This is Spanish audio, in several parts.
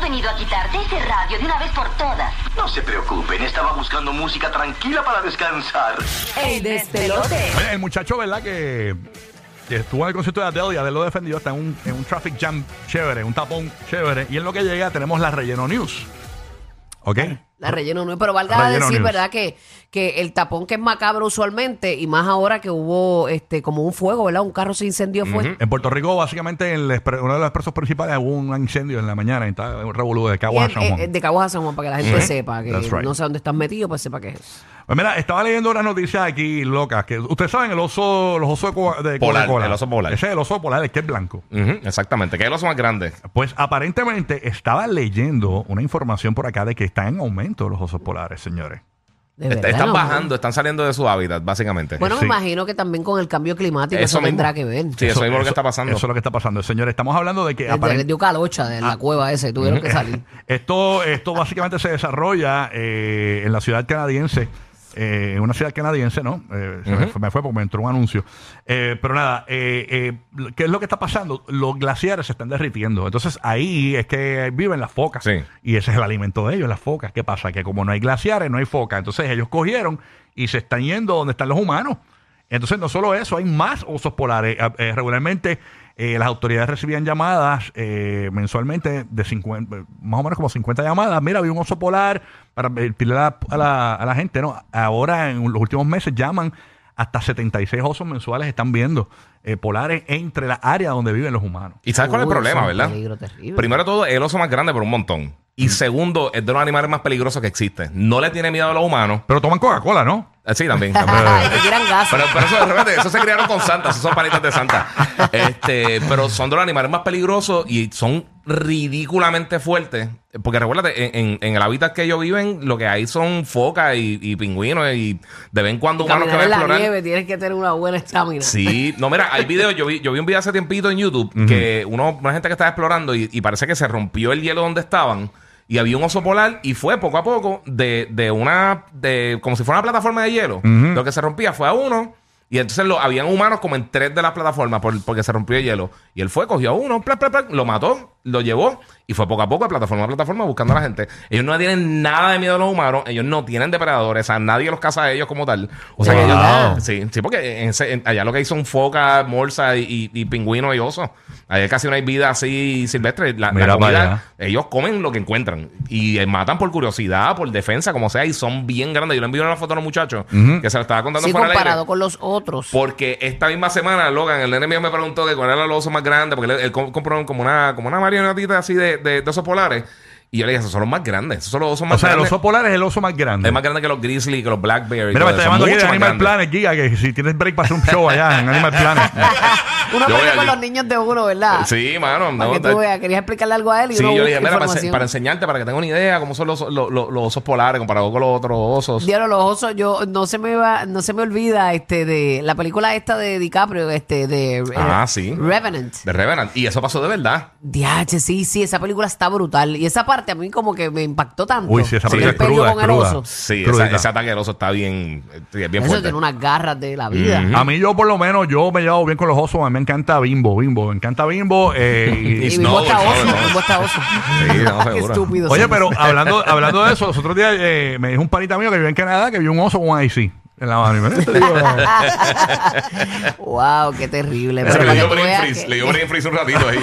venido a quitarte ese radio de una vez por todas. No se preocupen, estaba buscando música tranquila para descansar. El despelote. Oye, el muchacho, ¿verdad? Que, que estuvo en el concierto de Adele y Adele lo defendió. Está en un, en un traffic jam chévere, un tapón chévere. Y en lo que llega tenemos la relleno news. ¿Ok? La relleno no, pero valga Relleno decir, news. ¿verdad? Que, que el tapón que es macabro usualmente, y más ahora que hubo este como un fuego, ¿verdad? Un carro se incendió, fue. En Puerto Rico, básicamente, en el expre- uno de los expresos principales hubo un incendio en la mañana. y Está un revolú de Y Caguas a el- San Juan. eh, de Cabo a San Juan, para que la gente Ujú. sepa, que That's right. no sé dónde están metidos, pues sepa qué es. Pues mira, estaba leyendo unas noticias aquí locas. que Ustedes saben, el oso, los osos de Coca- de Polar, Coca-Cola. el oso polar. Ese es el oso polar, el que es blanco. Ujú, exactamente, que es el oso más grande. Pues aparentemente estaba leyendo una información por acá de que están en aumento los osos polares, señores. De Est- verdad, están no, bajando, mano. están saliendo de su hábitat, básicamente. Bueno, Sí. me imagino que también con el cambio climático eso, mismo. tendrá que ver. Sí, eso, mismo es lo que está pasando. Eso es lo que está pasando. Señores, estamos hablando de que Les- Les aparentemente. dio calocha Ah. de la cueva ese, tuvieron que salir. Esto, esto básicamente se desarrolla eh, en la ciudad canadiense. eh, en una ciudad canadiense, ¿no? Eh, se me fue- me fue porque me entró un anuncio. Eh, pero nada, eh, eh, ¿qué es lo que está pasando? Los glaciares se están derritiendo. Entonces ahí es que viven las focas. Sí. Y ese es el alimento de ellos, las focas. ¿Qué pasa? Que como no hay glaciares, no hay focas. Entonces ellos cogieron y se están yendo donde están los humanos. Entonces no solo eso, hay más osos polares. Ah, eh, regularmente eh, las autoridades recibían llamadas eh, mensualmente de 50, más o menos como 50 llamadas. Mira, vi un oso polar para pedirle a la, a la- a la gente. ¿no? Ahora en los últimos meses llaman hasta 76 osos mensuales están viendo eh, polares entre la área donde viven los humanos. ¿Y sabes cuál es el Uy, problema, eso es un verdad? peligro terrible. Primero de todo, el oso más grande por un montón. Y segundo, es de los animales más peligrosos que existen. No le tiene miedo a los humanos. Pero toman Coca-Cola, ¿no? Eh, Sí, también. también. Le tiran gas. Pero, pero eso, repente, eso se criaron con Santa, esos son palitos de Santa. Este, pero son de los animales más peligrosos y son ridículamente fuertes. Porque recuérdate, en, en- en el hábitat que ellos viven, lo que hay son focas y, y pingüinos y de vez en cuando humanos que Caminar en van a la explorar. nieve, tienes que tener una buena estamina. Sí, no, mira, hay videos, yo vi, yo vi un video hace tiempito en YouTube que uno, una gente que estaba explorando y, y parece que se rompió el hielo donde estaban y había un oso polar y fue poco a poco de, de una, de, como si fuera una plataforma de hielo. Lo que se rompía fue a uno y entonces lo, habían humanos como en tres de las plataformas por- porque se rompió el hielo. Y él fue, cogió a uno, plac, plac, plac, lo mató, lo llevó y fue poco a poco de plataforma a plataforma buscando a la gente. Ellos no tienen nada de miedo a los humanos, ellos no tienen depredadores, o sea, nadie los caza a ellos como tal. O sea, que Wow. ellos, Sí, sí, porque en ese- en- allá lo que hay son focas, morsas y, y, y pingüinos y osos. Allá casi no hay vida así silvestre. La, la Mira comida, para allá. ellos comen lo que encuentran y eh, matan por curiosidad, por defensa, como sea, y son bien grandes. Yo le envío una foto a los muchachos que se la estaba contando Sí, fuera del aire. Pues, comparado con los otros. Porque esta misma semana, Logan, el enemigo me preguntó de cuál era el oso más grande, porque él, él com- compró como una, como una marionetita así de, de, de osos polares. Y yo le dije, esos son los más grandes, esos son los osos O más sea, el grandes. oso polar es el oso más grande. Es más grande que los grizzly, que los blackberry. Mira, me está llamando aquí de Animal plan Planet, Giga, que si tienes break para hacer un show allá en Animal Planet. Uno Yo voy pelea con allí. los niños de uno, ¿verdad? Eh, Sí, mano. Para no, que te- tú veas, querías explicarle algo a él y Sí, uno yo le busca dije, mira, para, ense- información. para enseñarte, para que tenga una idea cómo son los, los, los- los osos polares comparado con los otros osos. Diablo, los osos, yo no se me va, no se me olvida este de la película esta de DiCaprio, este de eh, Ah, sí. Revenant. De Revenant. Y eso pasó de verdad. Diache, sí, sí, esa película está brutal. Y esa parte a mí como que me impactó tanto. Uy, sí, esa película Porque él es peleó cruda, con el cruda. oso. Sí, Crudita. esa- ese ataque del oso está bien, eh, bien Eso fuerte. Ah, tiene unas garras de la vida. A mí yo por lo menos, yo me llevo bien con los osos, a mí me encanta Bimbo, Bimbo, me encanta Bimbo. eh, y- Y It's vivo no, hasta it's oso, no, no. vivo hasta oso. Sí, no, Qué seguro. estúpido. Oye, somos. pero hablando, hablando de eso, los otros días eh, me dijo un panita mío que vive en Canadá que vio un oso con IC. en la mano. Y me- te digo, wow, qué terrible. Pero le para dio que tú brain veas freeze, que- le dio brain freeze un ratito ahí.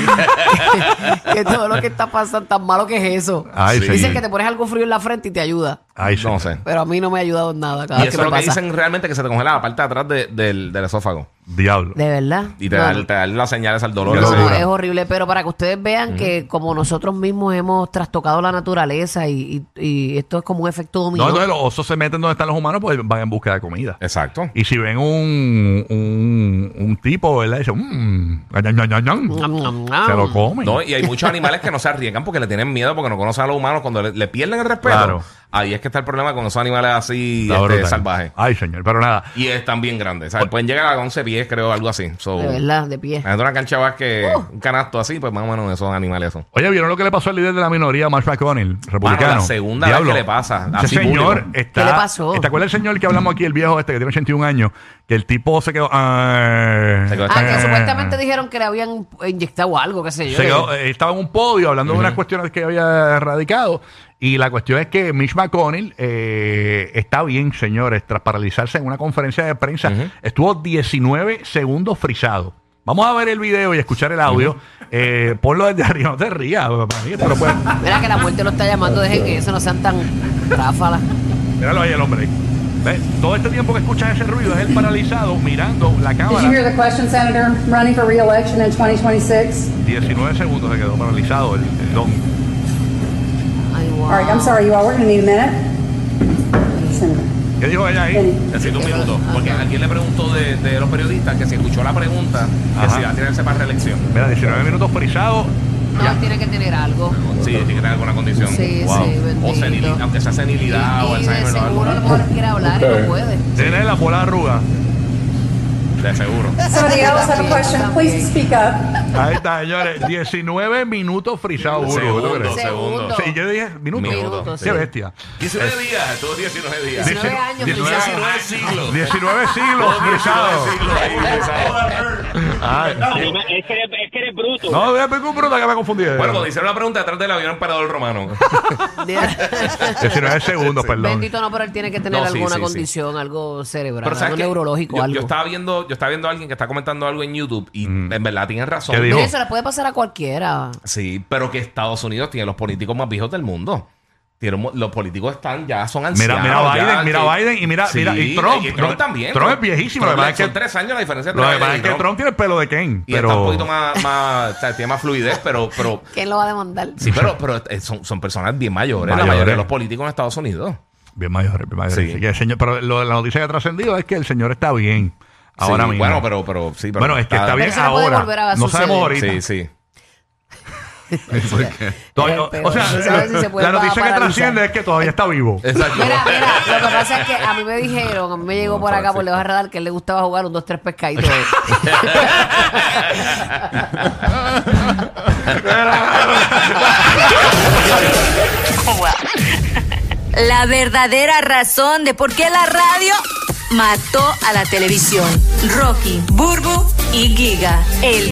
que todo lo que está pasando tan malo que es eso. Ay, Sí. señor. Dicen que te pones algo frío en la frente y te ayuda. Ay, señor. no sé. Pero a mí no me ha ayudado en nada cada Y vez que eso me es lo que pasa. dicen realmente que se te congela la parte de atrás de- del, del esófago. Diablo. De verdad. Y te, No, da, no. te da las señales al dolor. Yo No, ese. lo- es horrible, pero para que ustedes vean que como nosotros mismos hemos trastocado la naturaleza y, y- y esto es como un efecto No, dominó. entonces los osos se meten donde están los humanos, pues van en busca de comida. Exacto. Y si ven un, un, un tipo, ¿verdad? Dicen, mmm, ñam, ñam, ñam, ñam". Ñam, ñam, ñam. se lo comen. No, y hay muchos animales que no se arriesgan porque le tienen miedo, porque no conocen a los humanos. Cuando le, le pierden el respeto, Claro. ahí es que está el problema con esos animales así Está este, brutal. salvajes. Ay, señor, pero nada. Y están bien grandes. ¿sabes? Pueden llegar a 11 pies, creo, algo así. So, De verdad, Uh. de pie. imagínate una cancha de básquet, un canasto así, pues más o menos esos animales son. Oye, ¿vieron lo que le pasó al líder de la minoría, Marsh McConnell, republicano? Mano, la segunda vez que le pasa, Ese así señor público. está... ¿Qué le pasó? ¿Te acuerdas el señor que hablamos aquí, el viejo este que tiene 81 años? Que el tipo se quedó... ah, Se quedó- Ah, que eh, supuestamente dijeron que le habían inyectado algo, qué sé yo. se que- quedó- eh, estaba en un podio hablando de unas cuestiones que había erradicado. Y la cuestión es que Mitch McConnell eh, está bien, señores, tras paralizarse en una conferencia de prensa. Estuvo 19 segundos frisado. Vamos a ver el video y escuchar el audio. Eh, ponlo desde arriba, no te rías. papá, mira, te lo puedes- Mira que la muerte lo está llamando, dejen que eso no sean tan ráfalas. Míralo ahí el hombre. ahí. ¿Ves? Todo este tiempo que escuchas ese ruido es él paralizado mirando la Did you hear cámara. the question, Senator? Running for reelection in 2026? 19 segundos se quedó paralizado el, el don. Ay, wow. All right, I'm sorry, you all. We're going to need a minute. Senator. ¿Qué dijo ella ahí? Necesito un minuto. Porque alguien le preguntó de, de los periodistas que si escuchó la pregunta, que Ajá. si va a tirarse para reelección. Mira, 19 minutos frisado. No, tiene que tener algo. Sí, tiene que tener alguna condición. Sí, Wow. sí, bendito. O senilidad, aunque sea Y, senilidad o y de Alzheimer o algo. seguro a lo mejor quiere hablar y no puede. Tiene la bola arruga. De seguro. Somebody else have a question? Please speak up. Ahí está, señores. 19 minutos frisado. Burbu, ¿tú crees? Segundo, crees? segundo. Segundo. Sí, yo dije minutos. Minutos, Qué sí. bestia. 19 días, todos 19 días. 19 Dice- años, 19 frisado. 19 siglos. 19 siglos frisados. Ay. Es que eres, es que eres bruto. No, voy a pedir un bruto que me confundí. Bueno, cuando hicieron la pregunta detrás del avión emperador romano. 19 segundos, perdón. Bendito no, pero él tiene que tener No, sí, alguna sí, sí. condición, algo cerebral, Pero sabes algo que neurológico, yo, algo. Yo estaba viendo, yo estaba viendo a alguien que está comentando algo en YouTube y en verdad tiene Mm. razón. ¿Qué dijo? Mira, eso le puede pasar a cualquiera. Sí, pero que Estados Unidos tiene los políticos más viejos del mundo. Tiene un- los políticos están ya son Mira, ancianos. mira Biden, ya, mira que- Biden y mira, Sí, mira y Trump. Y Trump también. Trump es viejísimo. Trump lo que pasa le- es son que- tres años la diferencia entre lo que Biden pasa es y que Trump tiene el pelo de Ken. Y está un Pero poquito más, más o sea, tiene más fluidez, pero, pero ¿Quién lo va a demandar? sí, pero, pero eh, son, son personas bien mayores, la Mayores. mayoría de los políticos en Estados Unidos. bien mayor, bien mayor. Sí. Así que, señor, pero lo- la noticia que ha trascendido es que el señor está bien. Ahora Sí, mismo. Bueno, pero, pero sí, pero bueno, es que está bien eso no puede volver ahora. a No sabemos suceder. ahorita. Sí, sí. Todavía- Es el peor. o sea, No sabes si se puede la noticia que paralizar. trasciende es que todavía está vivo. Exacto. Mira, mira, lo que pasa es que a mí me dijeron, a mí me llegó No, por acá pobrecito. por debajo del radar que él le gustaba jugar un dos, tres pescaditos. La verdadera razón de por qué la radio mató a la televisión. Rocky, Burbu y Giga. El